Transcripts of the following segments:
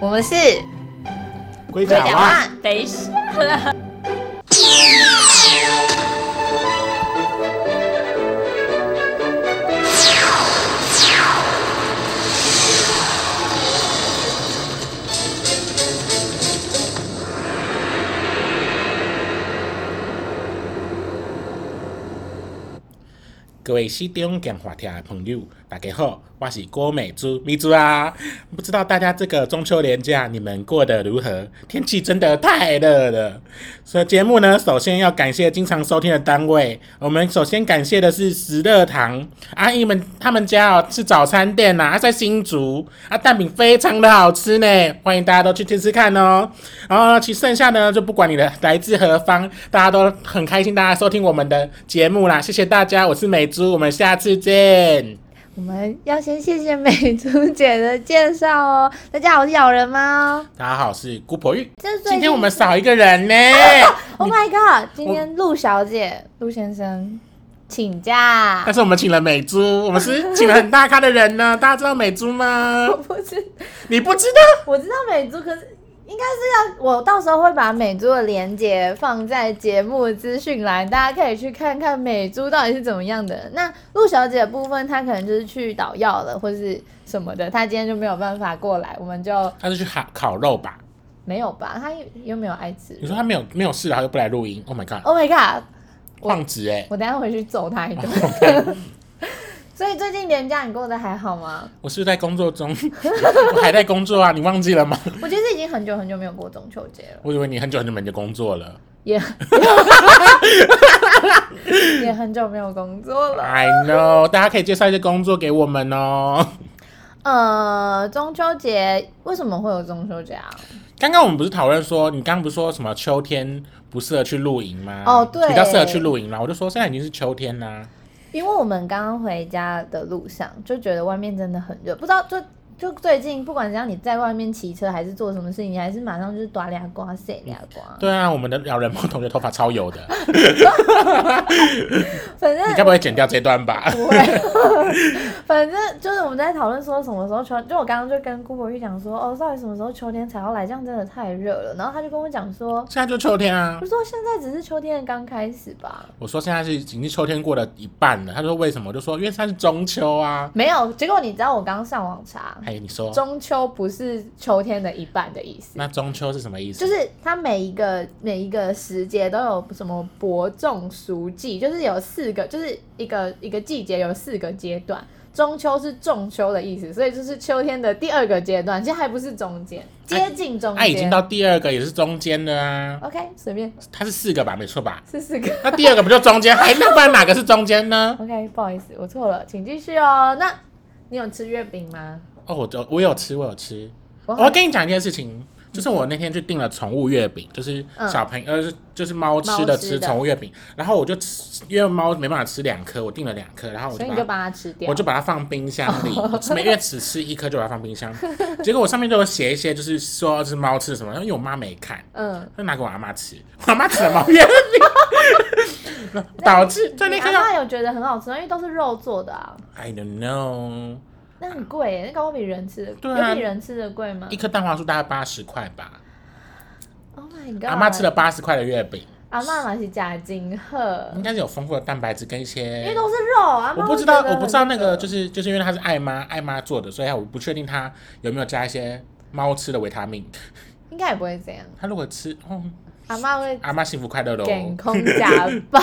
我们是龟甲蛙，蛙，等一下，各位西中讲话听的朋友，大家好，我是郭美珠米珠啊。不知道大家这个中秋连假你们过得如何？天气真的太热了。所以节目呢，首先要感谢经常收听的单位，我们首先感谢的是石乐堂阿姨们，他们家哦是早餐店呐、啊，在新竹啊，蛋饼非常的好吃呢，欢迎大家都去吃吃看哦。然后呢其剩下呢，就不管你的来自何方，大家都很开心，大家收听我们的节目啦，谢谢大家，我是美珠，我们下次见。我们要先谢谢美珠姐的介绍哦。 大家好，我是咬人猫。大家好，我是姑婆玉，这是最今天近我们少一个人呢， Oh my god！今天陆小姐、陆先生请假但，是我们请了美珠，我们是请了很大咖的人呢，大家知道美珠吗我？呃不知你不知道？我知道美珠，可是应该是要我到时候会把美珠的链接放在节目资讯栏，大家可以去看看美珠到底是怎么样的。那陆小姐的部分，她可能就是去捣药了，或是什么的，她今天就没有办法过来，我们就他是去烤烤肉吧？没有吧？她又没有爱吃 你。说他没有没有事，然后又不来录音？Oh my god， Oh my god！忘职哎！我等一下回去揍她一顿。 所以最近年假你过得还好吗？我是不是在工作中？ 我还在工作啊，你忘记了吗？我其实已经很久很久没有过中秋节了，我以为你很久很久没有工作了。也 也很久没有工作了。 I know，大家可以介绍一些工作给我们哦。 呃，中秋节为什么会有中秋节啊？刚刚我们不是讨论说，你刚刚不是说什么秋天不适合去露营吗？哦对比较适合去露营啦。我就说现在已经是秋天啦，因为我们刚刚回家的路上就觉得外面真的很热，不知道就就最近不管怎样，你在外面骑车还是做什么事情，你还是马上就是抓俩瓜、晒俩瓜，对啊，我们的老人猫同学头发超 油的，反正你该不会剪掉这段 吧？不会，反正就是我们在讨论说什么时候秋，就我刚刚就跟顾博玉讲说，哦，到底什么时候秋天才要来？这样真的太热了。然后他就跟我讲说，现在就秋天啊我。说现在只是秋天的刚开始吧。我说现在是已经是秋天过了一半了。他说为什么？我就说因为现在是中秋啊。没有，结果你知道我刚刚上网查，哎，你说中秋不是秋天的一半的意思，那中秋是什么意思？就是它每一个每一个时节都有什么伯仲熟季，就是有四个，就是一个一个季节有四个阶段。中秋是仲秋的意思，所以就是秋天的第二个阶段，其实还不是中间，接近中那、哎啊已经间。到第二个也是中间的啊， OK，随便它是四个吧，没错吧？是四个。 那第二个不就中间？还那不然哪个是中间呢？ OK，不好意思，我错了，请继续哦。那你有吃月饼吗？哦，我就我有吃，我有吃。我我要跟你讲一件事情，就是我那天去订了宠物月饼，就是嗯小朋友、呃，就是猫吃的猫吃吃的宠物月饼，然后我就吃，因为猫没办法吃两颗，我订了两颗，然后我所就以你就把它把它吃掉。哦我就把它放冰箱里，每月只吃一颗就把它放冰箱。结果我上面就有写一些，就是说是猫吃什么，因为我妈没看，嗯，就拿给我阿妈吃，我阿妈吃了猫月饼，导致在那你颗阿上妈有觉得很好吃吗，因为都是肉做的啊。 I don't know，那很贵耶，那个我比人吃的，对啊有比人吃的贵吗一颗蛋黄酥大概八十块吧， ？Oh my god！阿妈吃了，八十块的月饼。阿妈嘛是假金鹤应，该是有丰富的蛋白质跟一因为些。都是肉，阿我妈不知会道，觉得我不知道那个，很就是就是因为它是爱妈爱妈做的，所以我不确定它有没有加一些猫吃的维他命。应该也不会这样，它如果吃，哦，阿妈会阿妈幸福快乐的给哦。空假吧。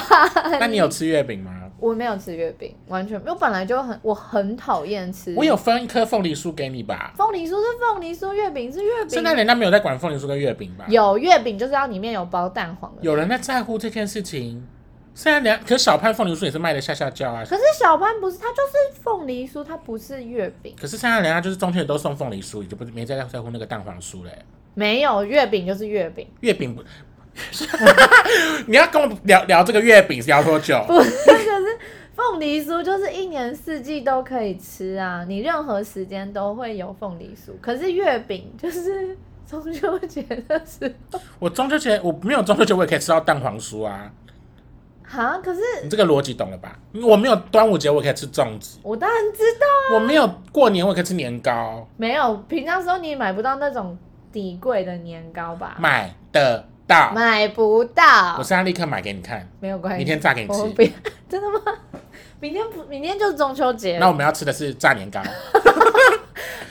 那 你有吃月饼吗？我没有吃月饼，完全没有，我本来就很我很讨厌吃。我有分一颗凤梨酥给你吧。凤梨酥是凤梨酥，月饼是月现在饼，人家没有在管凤梨酥跟月饼吧？有月饼就是要里面有包蛋黄的。有人在在乎这件事情。现在人家，可是小潘凤梨酥也是卖的下下焦啊。可是小潘不是，它就是凤梨酥，它不是月饼，可是现在人家就是中秋节都送凤梨酥，也就不没再在乎那个蛋黄酥嘞、没有月饼就是月饼。月饼不， 你要跟我聊聊这个月饼是聊多久？不 是，可是凤梨酥就是一年四季都可以吃啊，你任何时间都会有凤梨酥。可是月饼就是 中秋节的时候我中秋节我没有中秋节，我也可以吃到蛋黄酥啊。啊，哈，可是你这个逻辑懂了吧？我没有端午节，我也可以吃粽子；我当然知道，我没有过年，我也可以吃年糕。没有，平常时候你也买不到那种底柜的年糕吧？买得到，买不到我，现在立刻买给你看，没有关系，明天炸给你我吃不。要， 真的吗？明天不，明天就是中秋节了，那我们要吃的是炸年糕，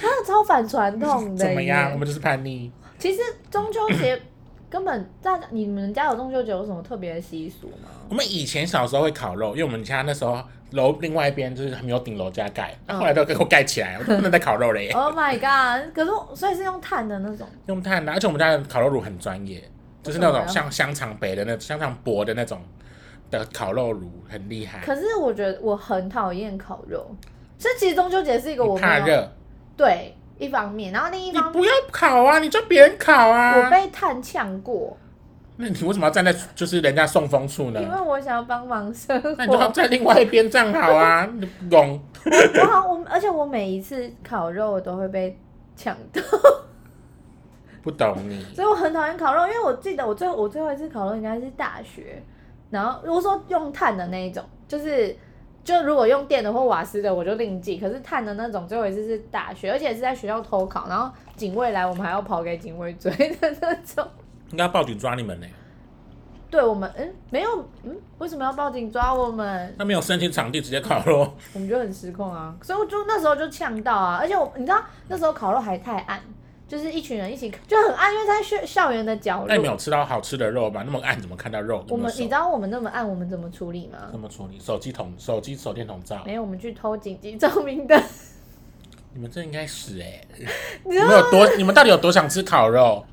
那超反传统的。怎么样？我？们就是叛逆。其实中秋节根本大家，你们家有中秋节有什么特别的习俗吗？我们以前小时候会烤肉，因为我们家那时候楼另外一边就是没有顶楼加盖，那嗯后来都给我盖起来，我就不能再烤肉了耶。 Oh my god！可是我所以是用炭的那种，用炭的，而且我们家的烤肉炉很专业，就是那为种什么像香肠北的那香肠薄的那种的烤肉炉，很厉害。可是我觉得我很讨厌烤肉。是其实中秋节是一个我你怕没有热，对一方面，然后另一你方面不要烤啊，你叫别人烤我啊。被炭呛过，那你为什么要站在就是人家送风处因呢为？我想要帮忙生活。那你就要在另外一边站好啊，你懂？我好，我而且我每一次烤肉我都会被抢到，不懂你。所以我很讨厌烤肉。因为我记哦得我最我最后一次烤肉应该是大学，然后如果说用炭的那一种，就是就如果用电的或瓦斯的我就另计，可是炭的那种最后一次是大学，而且是在学校偷烤，然后警卫来我们还要跑给警卫追的那种。应该报警抓你们呢、对我们，嗯，没有，嗯，为什么要报警抓我们？那没有申请场地直接烤肉，我们就很失控啊，所以我就那时候就呛到啊，而且我你知道那时候烤肉还太暗，就是一群人一起就很啊暗，因为在校校园的角那你们落。有吃到好吃的肉吗？那嗯么暗怎么看到肉？我们你有没有知手道我们那么暗，我们怎么处理吗？怎么处理？手机筒、手机手电筒照没，有，我们去偷紧急照明 灯。你们这应该死哎、你你知道们有 多？你们到底有多想吃烤肉？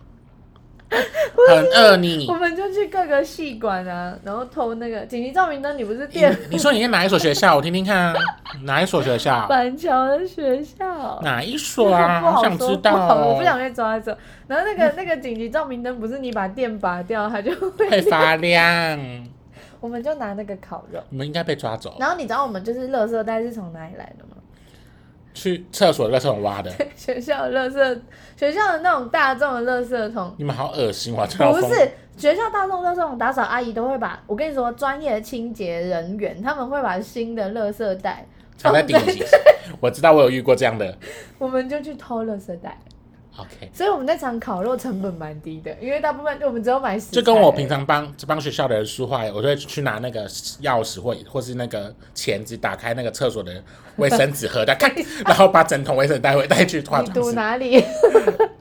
很饿你我。们就去各个戏馆啊，然后偷那个紧急照明灯。你不是电你说你是哪一所学校？我听听看啊，哪一所学校？板桥的学校？哪一所 啊？不好好说想知道不好我不想哦。嗯被抓走。然后那个那个紧急照明灯，不是你把电拔掉，它就会。 会发亮，我们就拿那个烤肉。你们应该被抓走，然后你知道我们就是垃圾袋是从哪里来的吗？ 去厕所垃圾桶挖的。学校的垃圾，学校的那种大众的垃圾桶，你们好恶心哇！这道不风是学校大众垃圾桶打扫阿姨都会把，我跟你说，专业清洁人员他们会把新的垃圾袋藏放在顶级，我知道我有遇过这样的。我们就去偷垃圾袋， OK，所以我们那场烤肉成本蛮低的，因为大部分我们只有买食材就跟我平常帮帮学校的人说话，我都会去拿那个钥匙或或是那个钳子，打开那个厕所的卫生纸盒，打开，然后把整桶卫生纸带回带去化你妆读室。哪 里？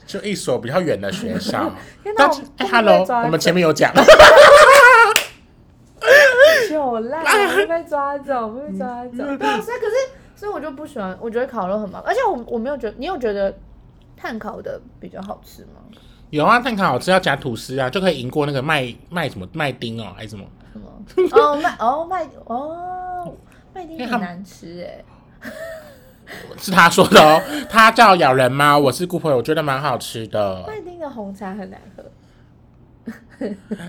就一所比较远的 学校天。哪但是我们会不哎会，Hello，抓我们走前面有讲，就烂，我会被抓走，我会被抓走。嗯对啊，所以可是，所以我就不喜欢，我觉得烤肉很麻烦，而且我我没有觉得，你有觉得碳烤的比较好吃吗？有啊，碳烤好吃要夹吐司啊，就可以赢过那个麦麦什么麦丁哦，还是什么？什 么？哦麦哦麦哦麦丁很难吃哎、是他说的哦，他叫咬人吗？我是顾朋友，我觉得蛮好吃的。麦丁的红茶很难喝。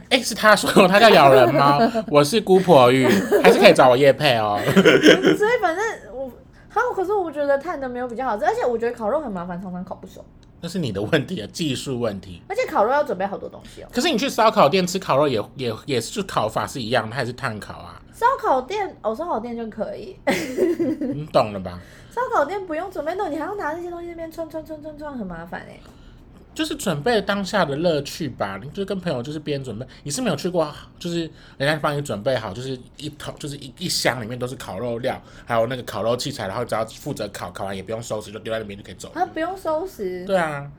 哎、是他说他叫咬人吗？我是姑婆玉，还是可以找我叶配哦。所以反正我，还有可是我觉得碳的没有比较好吃，而且我觉得烤肉很麻烦，常常烤不熟，那是你的问题啊，技术问题。 而且烤肉要准备好多东西哦。可是你去烧烤店吃烤肉也也也是就烤法是一样的，它也是碳烤啊，烧烤店哦，烧烤店就可以， 你懂了吧？烧烤店不用准备弄，你还要拿那些东西那边穿穿穿穿穿，很麻烦哎、就是准备当下的乐趣吧，你就跟朋友就是边准备。你是没有去过，就是人家帮你准备好，就是一桶，就是一一箱里面都是烤肉料，还有那个烤肉器材，然后只要负责烤，烤完也不用收拾，就丢在那边就可以走。啊，不用收拾。对啊，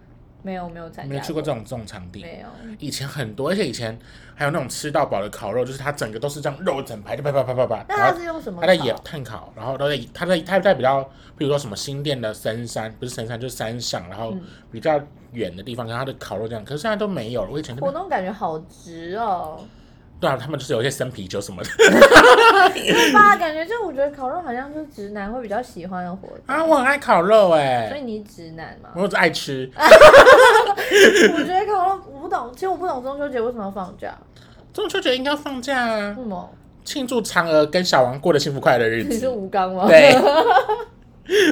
没有没有参加，没有去过这，种这种场地，没有。以前很多，而且以前还有那种吃到饱的烤肉，就是它整个都是这样肉整排，就啪啪啪啪啪，那然他后是用什么它烤？在野炭烤，然后都在它在它在比较，比如说什么新店的深山，不是深山就是山上，嗯然后比较远的地方，然后它的烤肉这样，可是现在都没有了。我以前那边活动感觉好值 哦，对啊，他们就是有一些生啤 酒什么的对吧？感觉就我觉得烤肉好像就是直男会比较喜欢的活动。啊，我很爱烤肉哎、所以你直男嘛？我只爱吃，我觉得烤肉我不懂，其实我不懂中秋节为什么要放假，中秋节应该放假啊为，什么？庆祝嫦娥跟小王过的幸福快乐的日你是子。吴刚吗？ 对，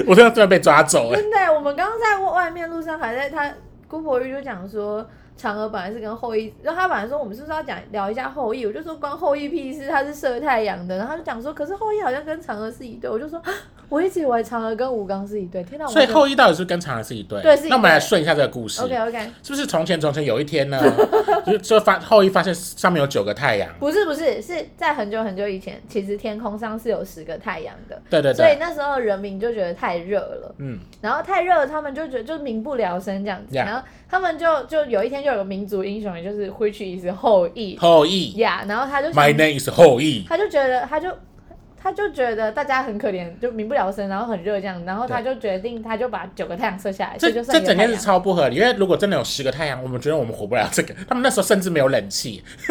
我真的真的被抓走哎、真的，我们刚刚在外面路上还在他姑婆玉就讲说。嫦娥本来是跟后羿，然后他本来说我们是不是要讲聊一下后羿，我就说关后羿屁事，他是射太阳的，然后他就讲说，可是后羿好像跟嫦娥是一对，我就说啊我一直以为嫦娥跟吴刚是一对，天哪，我所以就后羿到底是不是跟嫦娥是一对？对是一对那我们来顺一下这个故事。 OK OK，是不是从前从前有一天呢， 就就发后羿发现上面有九个太阳，不是不是，是在很久很久以前，其实天空上是有十个太阳的，对对所以对，那时候人民就觉得太热了，嗯，然后太热了，他们就觉得就民不聊生这样子 Yeah 然后他们就就有一天就有个民族英雄，也就是 which is 后羿后羿呀然后他就想，My name is 后羿，他就觉得他就他就觉得大家很可怜，就民不聊生，然后很热这样，然后他就决定他就把九个太阳射下来，所这以就这剩一个整太件事阳。超不合理，因为如果真的有十个太阳，我们觉得我们活不了这个。他们那时候甚至没有冷气，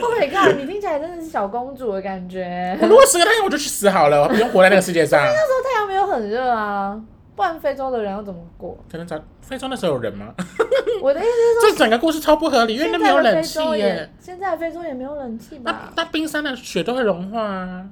Oh my god！你听起来真的是小公主的感 觉。我如果十个太阳我就去死好了，我不用活在那个世界 上。那太阳没有很热啊，不然非洲的人要怎么过？可能早非洲那时候有人吗？我的意思这整个故事超不合理，因为是，那现嗯没在有的非冷气洲耶也，，现在的非洲也没有冷气那吧？那冰山的雪都会融化啊。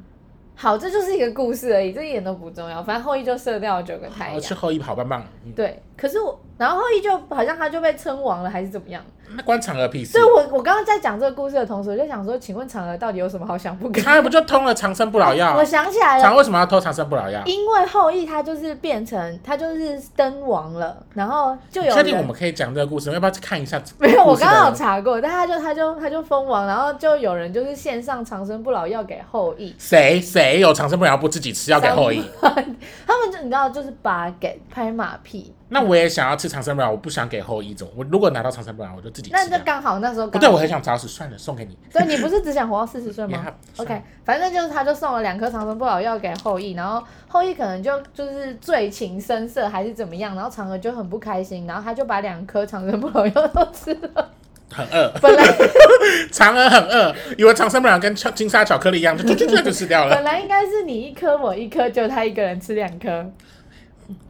好，这就是一个故事而已，这一点都不重要。反正后羿就射掉了九个太好，吃阳。后羿好棒棒，嗯哎对，可是我，然后后羿就好像他就被称王了，还是怎么样？那关嫦娥屁事所以。 我我刚刚在讲这个故事的同时，我就想说，请问嫦娥到底有什么好想不 开？嫦娥不就通了长生不老药我？想起来嫦娥了，为什么要偷长生不老药？因为后羿他就是变成他就是登王了，然后就有确定我人们可以讲这个故事吗？要不要去看一下？ 没有，我刚好。查过，但他就他就他就封王，然后就有人就是献上长生不老药给后羿，谁谁有长生不老药不自己吃，要给后羿？ 他们就你知道就是把给拍马屁，那我也想要吃长生不老，我不想给后羿种。我如果拿到长生不老，我就自己那吃就掉。刚好那时候啊不刚对，好我，很想找死，算了，送给你。所以你不是只想活到四十岁吗 Yeah，算？OK，了反正就是他就送了两颗长生不老药给后羿，然后后羿可能就就是醉情声色还是怎么样，然后嫦娥就很不开心，然后他就把两颗长生不老药都吃 了，很饿，本来嫦娥很饿，以为长生不老跟巧金沙巧克力一样，就就就就就吃掉了。本来应该是你一颗我一颗，就他一个人吃两颗，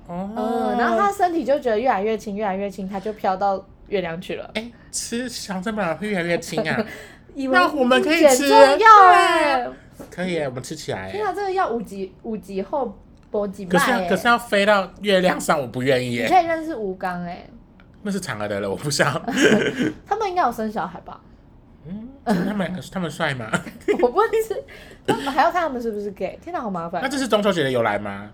哦 嗯，，然后他身体就觉得越来越轻，越来越轻，他就飘到月亮去了。哎，吃长生不老会越来越轻 啊？以那我们可以减吃啊重药哎、可以耶，欸我们吃起来耶。天啊，这个药五级五级后搏几可拜是哎、要可是啊要飞到月亮上，我不愿意你耶。可以认识吴刚哎、那是嫦娥的了，我 不想。他们应该有生小孩 吧？嗯，他们两个他们帅吗？我不知，他们还要看他们是不是 gay。天哪，好麻那烦。这是中秋节的由来吗？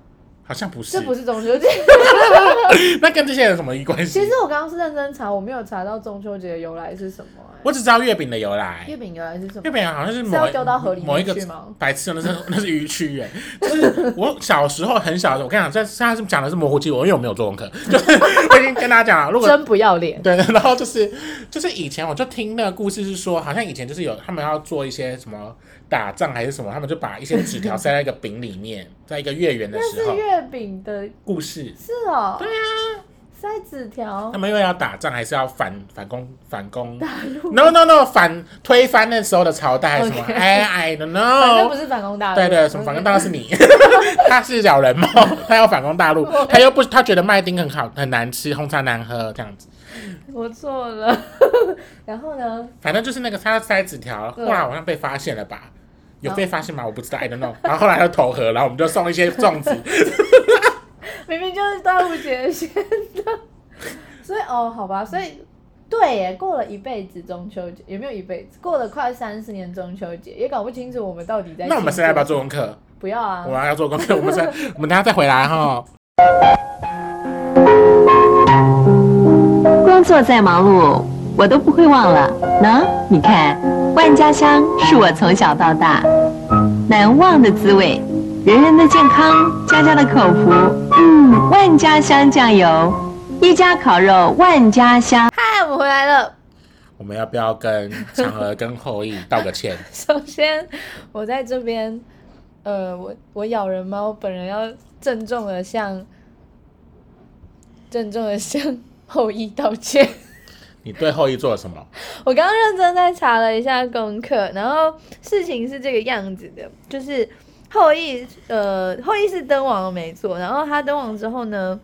好像不是这。不是中秋节， 那跟这些有什么关系其？实我刚刚是认真查，我没有查到中秋节的由来是什么、哎我只知道月饼的由来。月饼由来是什么月？饼好像是是某要丢到河里某一面个去吗？白痴，那是 那是鱼区耶。就是我小时候很小的时候，我跟你讲，这现在是讲的是模糊记忆，我因为我没有做功课， 就是我已经跟大家讲了，如果真不要脸。 对，然后就是就是以前我就听那个故事是说，好像以前就是有他们要做一些什么打仗还是什么，他们就把一些纸条塞在一个饼里面，在一个月圆的 那时是候，月饼的，故事是哦。对啊，塞纸条他。们又要打仗，还是要反反攻反攻？No No No，反推翻那时候的朝代还是什么 OK ？I I don't 反正不 know。是反攻大陆，哦对对，什么反攻大陆 是你，他是小人猫，他要反攻大陆，他又不他觉得麦丁很好很难吃，红茶难喝这样子，我错了。 然后呢？反正就是那个他塞纸条，后对来好像被发现了吧？有嗯被发现吗？我不知道，I don't know。然后后来他就投河，然后我们就送一些 粽子，明明就是端午节先的，所以哦，好吧，所以对耶，过了一辈子中秋节，有没有一辈子？过了快三十年中秋节，也搞不清楚我们到底在。那我们现在要不要？做功课？不要啊我！们要做功课，我们再我们等下再回来哈。工作再忙碌，我都不会忘了。呢，你看，万家香是我从小到大难忘的滋味，人人的健康，家家的口福。嗯，万家香酱油，一家烤肉万家香。嗨，哎我们回来了。我们要不要跟嫦娥跟后羿道个歉？首先，我在这边，呃，我我咬人猫本人要郑重的向郑重的向后羿道歉。你对后羿做了 什么？我刚刚认真在查了一下功课，然后事情是这个样子的，就是后羿，呃，后羿是登王了没错，然后他登王之后呢，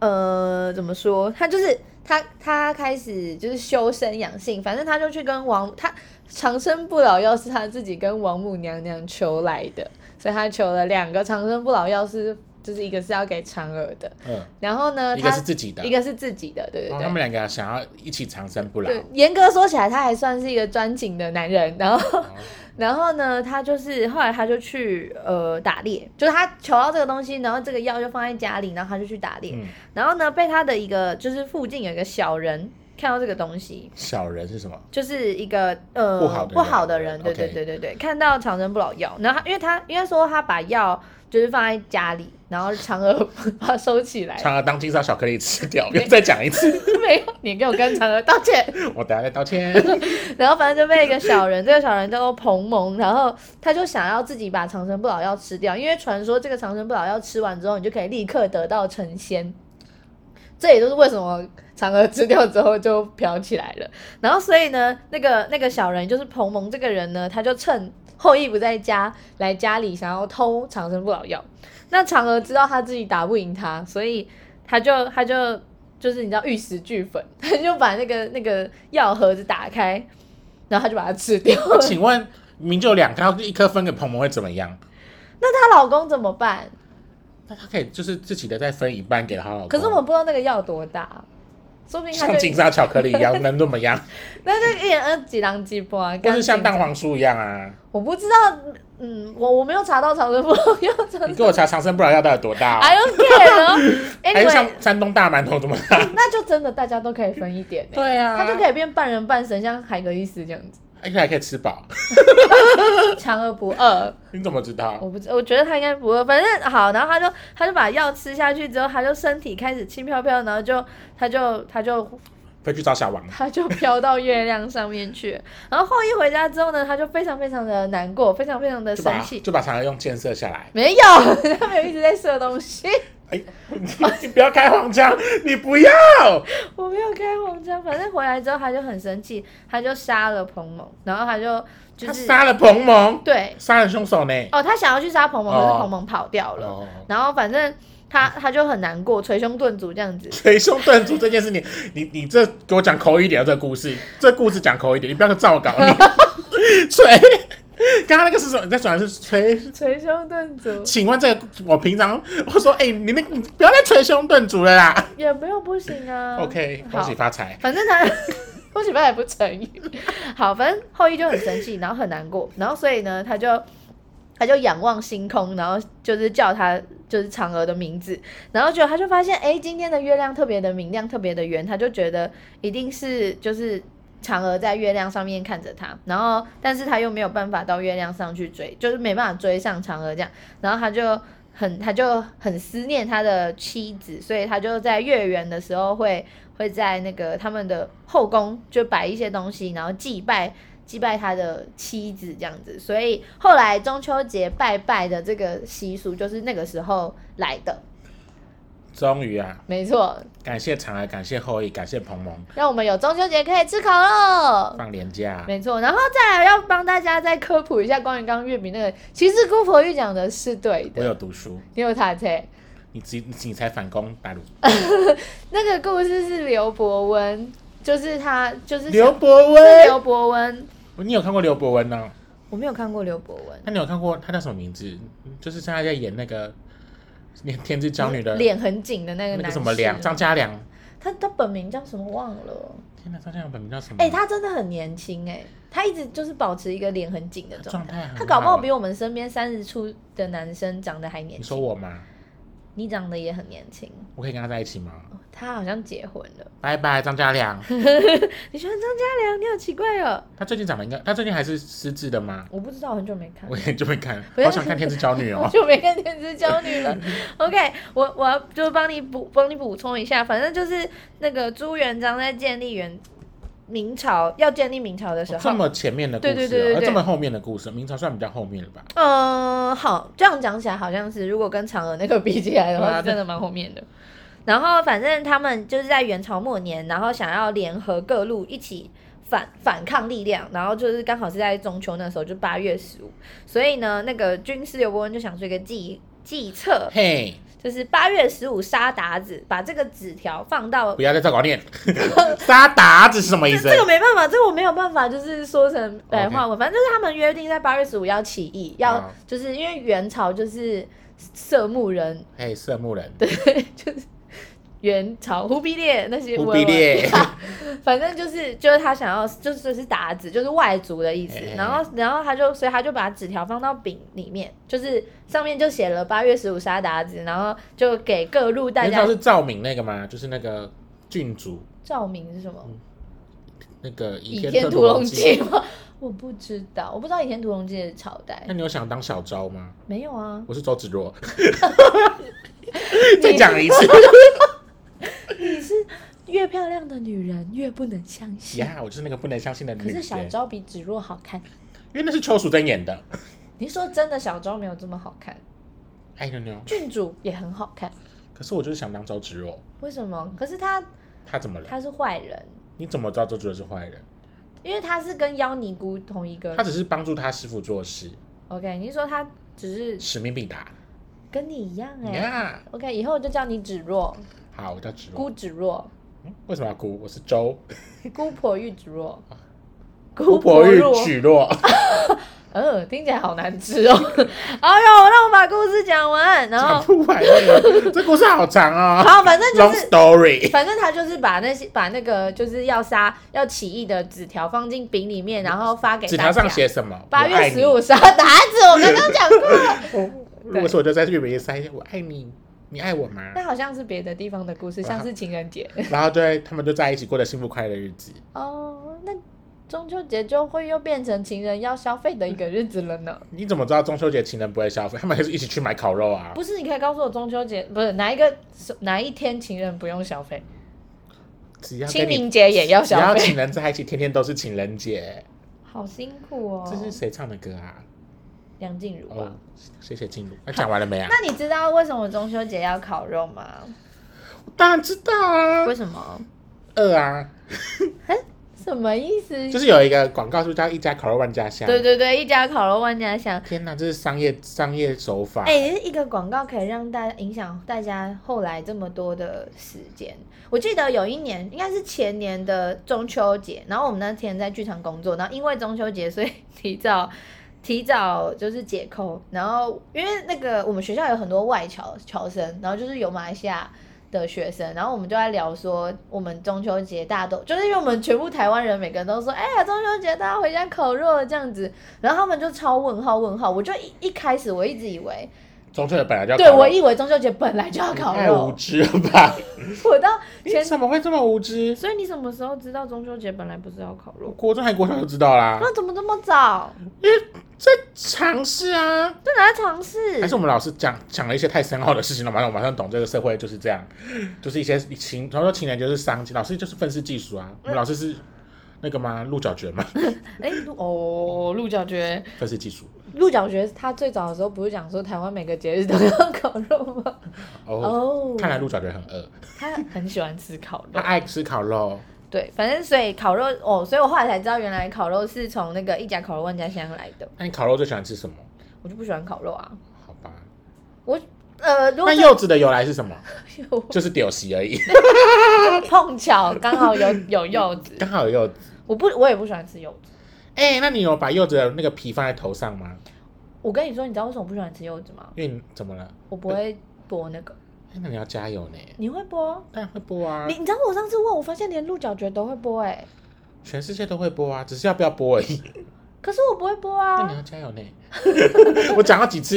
呃，怎么说？他就是他他开始就是修身养性，反正他就去跟王他长生不老药是他自己跟王母娘娘求来的，所以他求了两个长生不老药是就是一个是要给嫦娥的，嗯，然后呢，一个呃他是自己的，啊一个是自己的，对对哦对。他们两个想要一起长生不老，对，严格说起来，他还算是一个专情的男人。然后，哦 然后呢，他就是后来他就去呃打猎，就是他求到这个东西，然后这个药就放在家里，然后他就去打猎。嗯，然后呢，被他的一个就是附近有一个小人看到这个东西，小人是什么？就是一个呃不好的人的人，对 OK 对对对对，看到长生不老药，然后他因为他应该说他把药就是放在家里，然后嫦娥把它收起来，嫦娥当金沙巧克力吃掉，又再讲一次， 没有，你给我跟嫦娥道歉。我等下再道 歉。然后反正就被一个小人，这个小人叫做彭蒙，然后他就想要自己把长生不老药吃掉，因为传说这个长生不老药吃完之后，你就可以立刻得到成仙。这也就是为什么嫦娥吃掉之后就飘起来了。然后所以呢，那个那个小人就是彭蒙这个人呢，他就趁后羿不在家，来家里想要偷长生不老药。那嫦娥知道他自己打不赢他，所以他就他就就是你知道玉石俱焚，他就把那个那个药盒子打开，然后他就把它吃掉 了。请问明就两颗，然后一颗分给彭彭会怎么样？那她老公怎么办？那他可以就是自己的再分一半给他老公。可是我们不知道那个药多大，说不定他像就金沙巧克力一样，能怎么 样？那就一人二几狼几波啊，或是像干净蛋黄酥一样啊？我不知道，嗯，我我没有查到长生不老药长你 生给我查长生不老药到底多大、 ，I 哦？ don't care 哦。 还是 Anyway，像山东大馒头这么 大？那就真的大家都可以分一点、欸，对啊，他就可以变半人半神，像海格力斯这样子，而且哎还可以吃饱。强而不饿。你怎么知道？我不知，我觉得他应该不会，反正好，然后他就他就把药吃下去之后，他就身体开始轻飘飘，然后就他就他就会去找小王。他就飘到月亮上面去。 然后后羿回家之后呢，他就非常非常的难过，非常非常的就生把气。就把嫦娥用箭射下来。没有， 他没有一直在射东西， 哎，你不要开黄腔，你不要。我没有开黄腔。反正回来之后他就很生气，他就杀了彭蒙，然后他就就他是杀了彭蒙，对杀了凶手呢。哦，他想要去杀彭蒙，可哦是彭蒙跑掉了。哦，然后反正他他就很难过，捶胸顿足这样 子。捶胸顿足这件事，你你你这给我讲口语一点啊，这个故事，这故事讲口语一点，你不要照稿。你 捶，刚刚那个是什么？你在转的是捶。捶胸顿足请问这个，我平常我说，哎、你那你不要再捶胸顿足了啦。也没有不行啊。 OK，好恭喜发财。反正他，恭喜发财不成语。好，反正后羿就很生气，然后很难过，然后所以呢，他就他就仰望星空，然后就是叫他就是嫦娥的名字，然后就他就发现，哎，今天的月亮特别的明亮，特别的圆，他就觉得一定是就是。嫦娥在月亮上面看着他，然后但是他又没有办法到月亮上去追，就是没办法追上嫦娥这样，然后他就很他就很思念他的妻子，所以他就在月圆的时候会会在那个他们的后宫就摆一些东西，然后祭拜祭拜他的妻子这样子。所以后来中秋节拜拜的这个习俗就是那个时候来的，终于啊，没错，感谢嫦娥，感谢后羿，感谢彭蒙，让我们有中秋节可以吃烤肉。放年假。没错，然后再来要帮大家再科普一下关于刚刚月饼那个，其实姑婆玉讲的是对我的，有读书，你有他猜。你只你你才反攻大陆。呃那个故事是刘伯温，就是他就是刘想伯是刘温，伯温，你有看过刘伯温呢？我没有看过刘伯温，那你有看过他叫什么名字？就是他在演那个《天天之娇女》的脸很紧的那个男那士个啊什么梁张家良。他他本名叫什么忘了？天哪，张家良本名叫什么？哎、他真的很年轻哎、他一直就是保持一个脸很紧的状状态态很。好他搞不好比我们身边三十出的男生长得还年你说轻。我吗？你长得也很年轻、我可以跟他在一起吗？哦他好像结婚了。拜拜，张家 良。你喜欢张嘉良？你好奇怪哦。他最近长得应该，他最近还是失智的吗？我不知道，很久没看我。也就没看，嗯不要好想看《天之娇女》 我哦。就没看《天之娇女》 了。OK，我我要就帮你补帮你补充一下，反正就是那个朱元璋在建立元明朝要建立明朝的时哦候这，么前面的故事、哦，对对对对对这么后面的故事，明朝算比较后面了吧？嗯，好，这样讲起来好像是，如果跟嫦娥那个比起来的对话，啊是真的蛮后面的。然后反正他们就是在元朝末年，然后想要联合各路一起反反抗力量，然后就是刚好是在中秋那时候，就八月十五，所以呢，那个军师刘伯温就想出一个计计策，嘿、就是八月十五杀鞑子，把这个纸条放到不要再照稿念， 撒达子是什么意这思？这个没办法，这个我没有办法，就是说成白 OK 啊话文。反正就是他们约定在八月十五要起义，要好就是因为元朝就是色目人，嘿，色目人，对，就是元朝忽必烈那些忽必烈文文反正就是就是他想要就是就是鞑子，就是外族的意思嘿嘿。嘿然后然后他就所以他就把纸条放到饼里面，就是上面就写了八月十五杀鞑子，然后就给各路大你知道家是赵敏那个吗？就是那个郡主，照明是什么？那个《倚倚天屠屠龙记记》》。吗？ 我不知道，我不知道倚天屠龙记的朝代那。你有想当小昭吗？没有啊，我是周 芷若，你再讲一次你是越漂亮的女人越不能相信。 呀！我就是那个不能相信的可女是小人，昭比芷若好看。因为那是邱淑贞演的。你说真的，小昭没有这么好看， I don't know。郡主也很好看，可是我就是想当周芷若，为什么？可是她她怎么了？她是坏人，你怎么知道周芷若是坏人？因为她是跟妖尼姑同一个她。只是帮助她师傅做事， OK，你是说她只是使命必达。跟你一样哎、呀， OK，以后我就叫你芷若，好，我叫芷若姑。芷若，嗯为什么要姑？我是周，姑婆玉芷 若，姑婆玉若哦芷若。嗯，听起来好难吃哦。 哎呦，让我把故事讲完，然后讲不完了，这故事好长哦。好，反正就 Long 是 story。反正他就是把那些把那个就是要杀要起义的纸条放进饼里面，然后发给纸大条家上。写什么？八我爱月你十。五杀鞑子，我刚刚讲 过了。如果是我就在日本也塞一些“我爱你，你爱我吗那好像是别的地方的故事，像是情人节。”， 然后就会他们就在一起过着幸福快乐的日子。哦，那中秋节就会又变成情人要消费的一个日子了 呢。你怎么知道中秋节情人不会消费？他们还是一起去买烤肉啊不？是，你可以告诉我中秋节不是哪一个哪一天情人不用消费，只要清跟明你节也要只消要费情，人在一起，天天都是情人节。 好辛苦哦。这是谁唱的歌啊？梁静茹吧？哦，谢谢静茹。那讲完了没啊？那你知道为什么中秋节要烤肉 吗？当然知道啊为，什么？饿啊！什么意思？就是有一个广告，是不是叫“一家烤肉万家香”？对对对，一家烤肉万家香。天哪，这是商业商业手法。哎、一个广告可以让大家影响大家后来这么多的时间。我记得有一年，应该是前年的中秋节，然后我们那天在剧场工作，然后因为中秋节，所以 提早提早就是解扣，然后因为那个我们学校有很多外侨侨生，然后就是有马来西亚。的学生，然后我们就在聊说，我们中秋节大家都就是因为我们全部台湾人每个人都说，哎呀，中秋节大家回家烤肉了这样子，然后他们就超问号问号，我就一一开始我一直以为中秋节本来就要对，烤肉哎我以为中秋节本来就要你烤太无肉，知了 吧？我到你前，怎么会这么无知？所以你什么时候知道中秋节本来不是要烤肉？国中还国小就知道啦，那怎么这么早？在尝试啊。在哪尝试还？是我们老师讲讲了一些太深奥的事情了，马上我马上懂这个社会就是这样，就是一些情，他说情人就是商机，老师就是愤世嫉俗啊。我们老师是那个吗？鹿角蕨吗？哎、鹿哦，鹿角蕨，愤世嫉俗。鹿角蕨，他最早的时候不是讲说台湾每个节日都要烤肉吗？哦，哦，看来鹿角蕨很饿，他很喜欢吃烤他肉。爱吃烤肉。对，反正所以烤肉哦，所以我后来才知道，原来烤肉是从那个一家烤肉万家香来的。那你烤肉最喜欢吃什么？我就不喜欢烤肉啊，好吧。我呃，如果那柚子的由来是什么？有 就是丢席而已， 碰巧刚好有有柚子，刚好有柚子。我不我也不喜欢吃柚子。哎、那你有把柚子的那个皮放在头上吗？我跟你说，你知道为什么我不喜欢吃柚子吗？因为你怎么了？我不会剥那个，哎那你要加油呢。你会剥？当然会播啊你，你知道我上次问，我发现连鹿角蕨都会剥哎、全世界都会播啊，只是要不要播而已。可是我不会剥那 你啊！要加油呢。 我讲了几次？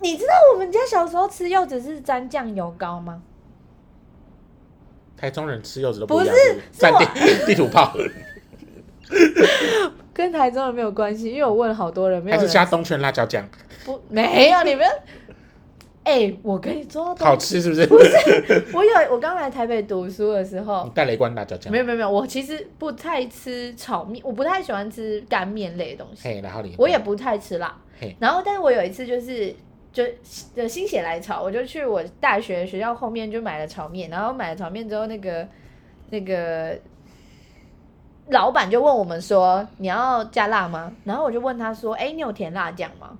你知道我们家小时候吃柚子是沾酱油膏吗？台中人吃柚子都不一样，是对是占我地 地图炮，跟台中人没有关系，因为我问了好多人，没还有是人加东泉辣椒酱，不没有你 们。哎、我跟你说，好吃是不是？不 是，我有我刚来台北读书的时候你，哦带了一罐辣椒酱，没有没有没有，我其实不太吃炒面，我不太喜欢吃干面类的东西。嘿，然后你我也不太吃辣嘿。然后，但是我有一次就是就就心血来潮，我就去我大学学校后面就买了炒面，然后买了炒面之后，那个那个老板就问我们说你要加辣吗？然后我就问他说，哎，你有甜辣酱吗？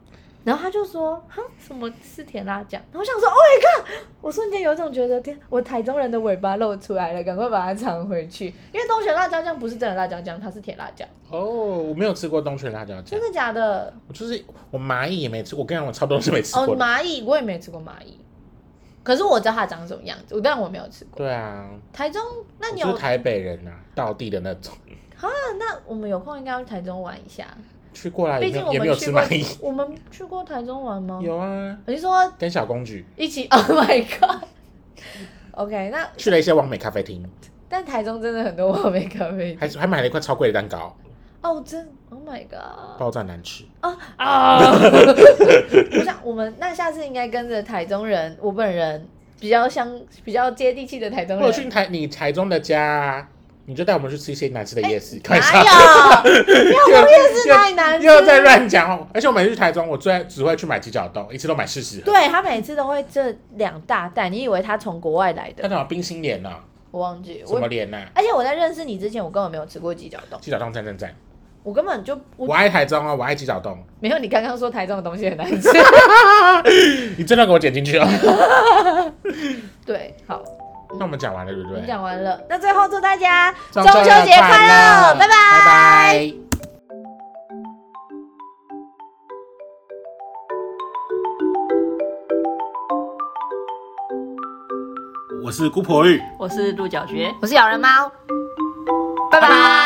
然后他就说，哼，什么是甜辣酱？然后我想说，Oh my god！我瞬间有一种觉得，天，我台中人的尾巴露出来了，赶快把它藏回去。因为东泉辣椒酱不是真的辣椒酱，它是甜辣酱，哦，我没有吃过东泉辣椒酱真，的假的？我就是我蚂蚁也没吃，我跟你讲，我差不多是没吃哦，过的。蚂蚁我也没吃过蚂蚁，可是我知道它长什么样子，我但我没有吃过。对啊，台中，那我你就有是台北人啊，道地的那种。那我们有空应该要去台中玩一下，去过来毕也没竟有我也没有们吃去过蚂蚁，， 我们去过台中玩吗？ 有啊，你说跟小公举一起？Oh my god！OK，那去了一些完美咖啡厅，但台中真的很多完美咖啡还厅还买了一块超贵的蛋糕，哦，真 Oh my god！爆炸难吃。啊！ 我想我们那下次应该跟着台中人，我本人比较相比较接地气的台中我有去人。台你台中的家啊，你就带我们去吃一些难吃的夜市，哪看一下。有？ 又夜市哪里难吃？又在乱讲哦！而且我每次去台中，我最爱只会去买鸡脚冻，一次都买四十盒。，对他每次都会这两大袋，你以为他从国外来他的？那种冰心莲呢、我忘记什我么，莲呐、而且我在认识你之前，我根本没有吃过鸡脚冻，鸡脚冻赞赞赞！我根本就我我爱台中哦，我爱鸡脚冻，没有你刚刚说台中的东西很难吃。你真的给我剪进去哦。 对，好，那我们讲完了，对不我对们？讲完了，那最后祝大家中秋节乐，拜拜拜我是姑婆玉。我是鹿角蕨。我是咬人猫，拜拜。